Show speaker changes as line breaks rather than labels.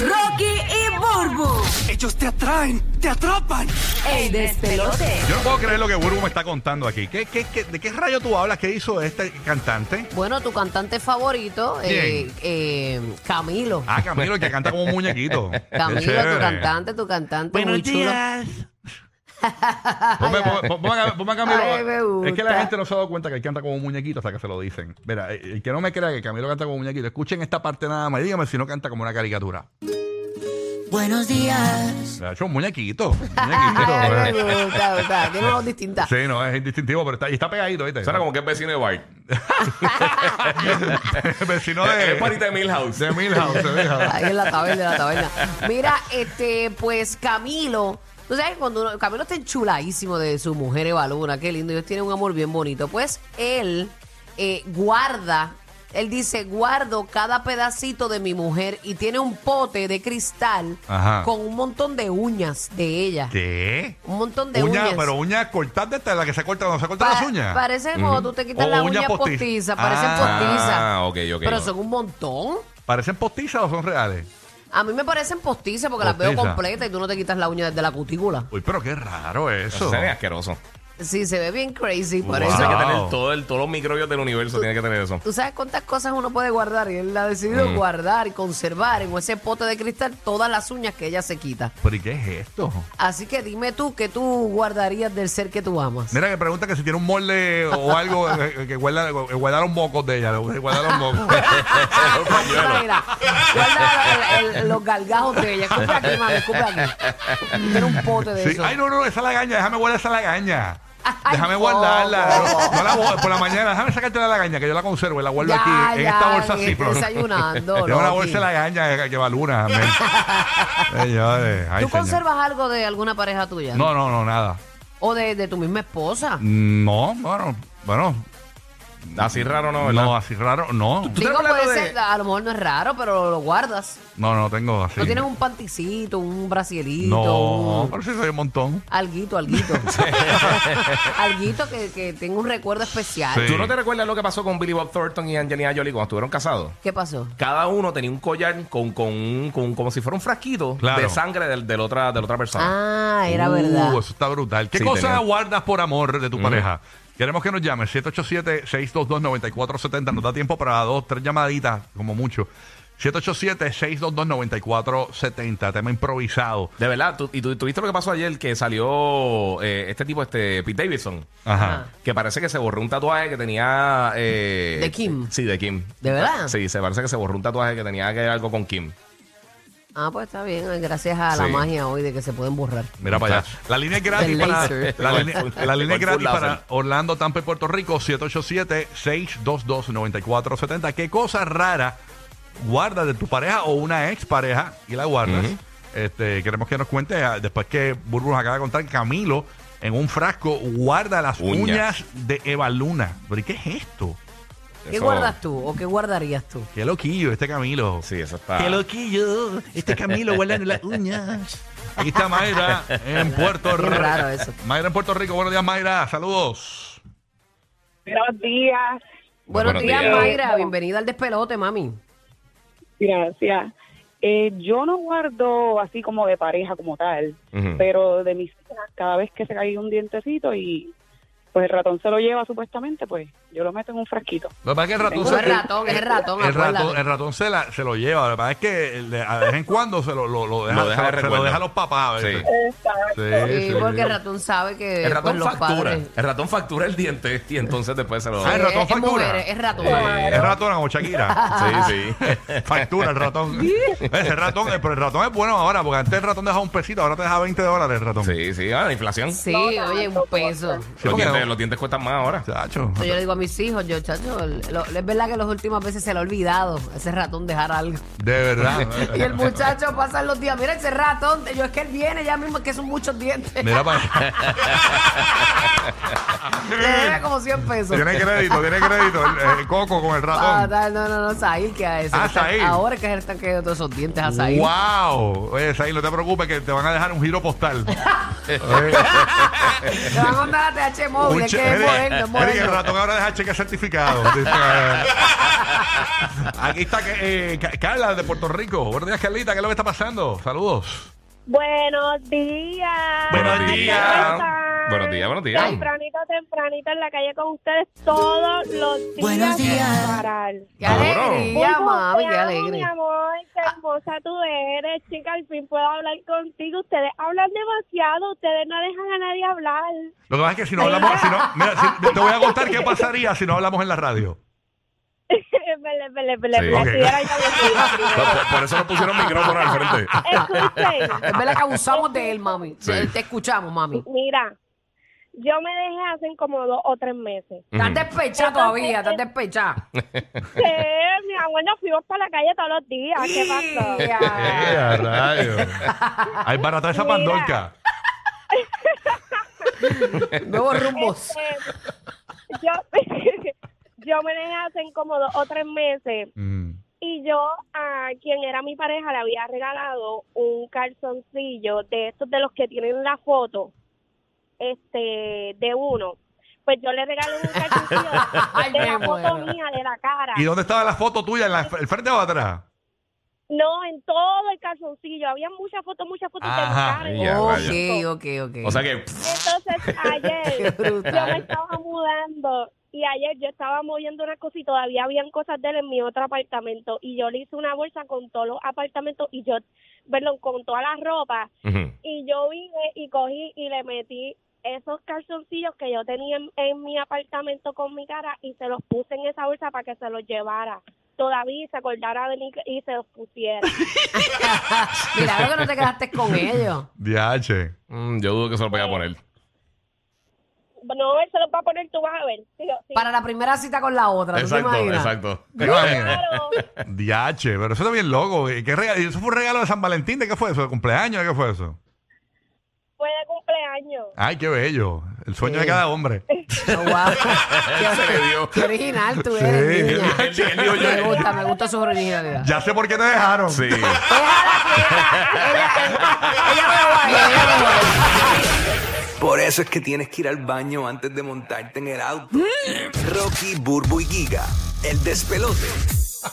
Rocky y Burbu.
Ellos te atraen, te atrapan.
El despelote.
Yo no puedo creer lo que Burbu me está contando aquí. ¿Qué, qué, qué- de qué rayo tú hablas? ¿Qué hizo este cantante?
Bueno, tu cantante favorito, eh,
¿Quién?
eh, Camilo.
Ah, Camilo, el que canta como un muñequito. Qué
Camilo, tu
chévere.
cantante, tu cantante. muy chulo.
Ponme, ponme- ponme a- ponme a Camilo.
Ay, me
es que la
gusta.
gente no se ha dado cuenta que él canta como un muñequito hasta que se lo dicen. Mira, eh, el que no me crea que Camilo canta como un muñequito, escuchen esta parte nada más y dígame si no canta como una caricatura.
Buenos días.
Le ha hecho un muñequito. un
Ay, Ah, me
muñequito.
gusta, me gusta, me gusta. Tiene una voz distinta.
ah. sí, no, es distintivo, pero está, y está pegadito, ¿viste?
Suena como que es vecino de Bart.
vecino de,
Es parita eh, de Milhouse.
de Milhouse. de Milhouse.
Ahí en la taberna, en la taberna. Mira, este, pues Camilo. Tú sabes que cuando uno- Camilo está enchuladísimo de su mujer Evaluna, qué lindo. Ellos tienen un amor bien bonito. Pues él eh, guarda, él dice, guardo cada pedacito de mi mujer y tiene un pote de cristal
Ajá.
con un montón de uñas de ella.
¿Qué?
Un montón de
Uña,
uñas.
pero uña cortada de esta, la que se corta, no se corta
Pa-
las uñas.
Parece como tú te quitas
O
la
uña
uña,
postiza.
postiza, parecen
Ah,
postizas.
Ah, ok, ok.
pero son un montón.
¿Parecen postizas o son reales?
A mí me parecen postizas porque las veo
Postiza.
completas y tú no te quitas la uña desde la cutícula.
Uy, pero qué raro eso.
Eso se ve asqueroso.
Sí, se ve bien crazy, por
Wow.
Eso tiene
eso.
que tener todo el, todos los microbios del universo, tiene que tener eso.
Tú sabes cuántas cosas uno puede guardar y él ha decidido
Mm.
guardar y conservar en ese pote de cristal todas las uñas que ella se quita.
¿Pero y qué es esto?
Así que dime tú que tú guardarías del ser que tú amas.
Mira que pregunta que si tiene un molde o algo eh, que guarda- que guardaron mocos de ella, que guardaron mocos.
Mira, guarda el- el- los gargajos de ella. Escupe aquí, mami, escupe aquí. Tiene un pote de
Sí.
eso.
Ay, no, no, esa lagaña, déjame guardar esa lagaña.
Ay,
Déjame
no.
guardarla. No, no la bo- por la mañana, déjame sacarte la lagaña, que yo la conservo y la guardo
Ya,
aquí, en
ya,
esta bolsa
en
así,
este
pero.
desayunando,
Tengo una
Loki.
bolsa de lagaña que, que valuna. amén. Señores, ay,
¿Tú
señor.
conservas algo de alguna pareja tuya?
No, no, no, nada.
¿O de, de tu misma esposa?
No, bueno, bueno.
Así raro no, ¿verdad?
No, así raro, no.
te
Digo,
acuerdas
puede
de-
ser, a lo mejor no es raro, pero lo guardas.
No, no tengo así.
No tienes un panticito, un brasielito,
No,
un
pero sí soy un montón.
alguito, alguito. alguito que, que tenga un recuerdo especial.
Sí.
¿Tú no te recuerdas lo que pasó con Billy Bob Thornton y Angelina Jolie cuando estuvieron casados?
¿Qué pasó?
Cada uno tenía un collar con, con, un- con- como si fuera un frasquito
Claro.
de sangre del, del otra, de la otra persona.
Ah, era
Uh,
verdad.
Eso está brutal. ¿Qué
Sí,
cosas
tenía. Mm.
guardas por amor de tu pareja? Queremos que nos llames 787-622-9470. Nos da tiempo para dos, tres llamaditas, como mucho. 787-622-9470. Tema improvisado.
De verdad, tú- y tú, tú viste lo que pasó ayer que salió eh, este tipo, este Pete Davidson.
Ajá.
Que parece que se borró un tatuaje que tenía. eh,
¿De Kim?
Sí, de Kim. Ah,
¿De verdad?
Sí, se parece que se borró un tatuaje que tenía que ver algo con Kim.
Ah, pues está bien, gracias a la
Sí.
magia hoy de que se pueden borrar.
Mira para allá. La línea es gratis
El
para,
laser.
la línea, la línea es
Con full
gratis para
láser.
Orlando, Tampa y Puerto Rico, 787-622-9470. ¿Qué cosa rara guardas de tu pareja o una ex pareja y la guardas? este, queremos que nos cuente ah, después que Burbu nos acaba de contar que Camilo en un frasco guarda las uñas,
Uñas.
de Eva Luna. ¿Pero y qué es esto?
¿Qué
Eso-
guardas tú o qué guardarías tú?
Qué loquillo este Camilo.
Sí, eso está.
Qué loquillo este Camilo guardando las uñas. Aquí está Mayra en Puerto
Bien
Rico.
raro eso.
Mayra en Puerto Rico. Buenos días, Mayra. Saludos.
Buenos días.
Buenos,
buenos
días,
días.
Mayra. Bienvenida al despelote, mami.
Gracias. Eh, yo no guardo así como de pareja como tal,
Ujú.
pero de mis hijas, cada vez que se cae un dientecito y pues el ratón se lo lleva supuestamente, pues yo lo meto en un frasquito.
Lo que pasa es que el ratón,
No
se,
es ratón, es ratón,
el ratón,
acuérdate.
el ratón se, la- se lo lleva. Lo que pasa es que el de, a de vez en cuando se lo, lo- lo deja,
Lo
se,
deja de
se lo
recuerdo.
deja a los papás. a veces.
Sí.
Sí,
Sí,
sí.
porque el ratón sabe que
El ratón
Eh, pues, los
factura.
padres.
El ratón factura el diente y entonces después se lo.
Ah, el
es,
ratón
es
factura.
mujer, es ratón.
Eh, es ratón como Shakira.
Sí, sí.
Factura el ratón. Ese ratón, eh, pero el ratón es bueno ahora, porque antes el ratón dejaba un pesito, ahora te deja 20 dólares el ratón.
Sí, sí. Ah, la inflación.
Sí, oye, un peso.
Sí,
Los,
porque
dientes,
no-
los dientes cuestan más ahora.
Chacho.
Yo le digo a mis hijos, yo, chacho, lo- es verdad que las últimas veces se le ha olvidado a ese ratón dejar algo.
De
Y el
verdad.
muchacho pasa los días, mira ese ratón, yo es que él viene ya mismo, es que son muchos dientes.
Mira para
Le debe como 100 pesos.
Tiene crédito, tiene crédito. El, el coco con el
Ah,
ratón.
tal, no, no, no, Zahir, que a ese.
Ah, Zahir.
Ahora que se le están quedando todos esos dientes a Zahir.
¡Wow! Oye, Saí, no te preocupes que te van a dejar un giro postal.
Te van a mandar a TH móvil,
Un
es
che-
que es
Eric,
moderno, es
Eric, el
moderno.
ratón ahora deja cheque certificado. eh. Aquí está eh, Ca- Carla de Puerto Rico. Buenos días, Carlita. ¿Qué es lo que está pasando? Saludos.
Buenos días.
Buenos
¿Cómo
días.
están?
Buenos días, buenos días.
Tempranito, tempranito en la calle con ustedes todos los días.
Buenos
sin
días.
parar.
Qué
Cabrón.
alegría,
Bulbu,
mami,
te
qué
amo, Mi
alegría.
amor, qué hermosa tú eres, chica. Al fin puedo hablar contigo. Ustedes hablan demasiado. Ustedes no dejan a nadie hablar.
Lo que pasa es que si no hablamos, si no, mira, si- te voy a contar qué pasaría si no hablamos en la radio.
Vele, vele, vele,
Sí.
vele,
Ok.
así era el cabecillo.
No, por, por eso nos pusieron micrófono al frente.
Escuchen.
Es verdad que abusamos de él, mami.
Sí.
Te- Te escuchamos, mami.
Mira, yo me dejé hace como dos o tres meses.
Estás despechada todavía,
eh,
estás despechada.
Sí, mi amor, nos fuimos para la calle todos los días. ¿Qué pasó?
Ya.
Hay barata esa
Mira.
pandorca.
Nuevos rumbos.
Este, yo, yo me dejé hace como dos o tres meses
Mm.
y yo a quien era mi pareja le había regalado un calzoncillo de estos de los que tienen la foto este de uno. Pues yo le regalé un calzoncillo
Ay,
de la
me
foto
muero.
mía, de la cara.
¿Y dónde estaba la foto tuya? ¿En la- el frente o atrás?
No, en todo el calzoncillo. Había muchas fotos, muchas fotos de mi
Ajá,
cara. y
ya,
todo
vaya.
Ok,
eso.
ok, ok.
O sea que.
Entonces
Qué
ayer yo
brutal.
me estaba mudando y ayer yo estaba moviendo una cosa y todavía habían cosas de él en mi otro apartamento y yo le hice una bolsa con todos los apartamentos y yo, perdón, con toda la ropa
Ujú.
y yo vine y cogí y le metí esos calzoncillos que yo tenía en, en mi apartamento con mi cara y se los puse en esa bolsa para que se los llevara todavía y se acordara de mí y se los pusiera.
Mira, que no te quedaste con ellos.
DH.
Mm, yo dudo que se lo vaya a poner.
No, él se los va a poner, tú vas a ver. Sí, sí.
Para la primera cita con la otra, ¿tú te
Exacto,
imaginas?
exacto.
Claro.
DH, pero eso está bien loco. ¿Y ¿Qué regalo? ¿Eso fue un regalo de San Valentín? ¿De qué fue eso? ¿De cumpleaños? ¿De qué fue eso?
Fue de cumpleaños.
Ay, qué bello. El sueño de cada hombre.
Oh, wow. Qué-
Se le dio.
Qué original tú eres,
Sí.
niña.
Él- él dijo, yo-
Me gusta, me gusta su originalidad.
Ya sé por qué te dejaron.
Sí.
Por eso es que tienes que ir al baño antes de montarte en el auto. Rocky, Burbu y Giga, el despelote.